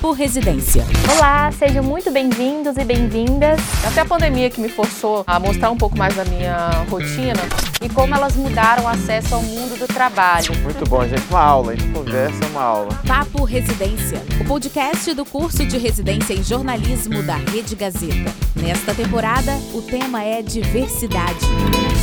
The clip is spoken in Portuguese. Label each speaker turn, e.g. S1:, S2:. S1: Grupo Residência.
S2: Olá, sejam muito bem-vindos e bem-vindas.
S3: Até a pandemia que me forçou a mostrar um pouco mais da minha rotina.
S2: E como elas mudaram o acesso ao mundo do trabalho.
S4: Muito bom, gente. Uma aula, a gente conversa, é uma aula.
S1: Papo Residência, o podcast do curso de residência em jornalismo da Rede Gazeta. Nesta temporada, o tema é diversidade.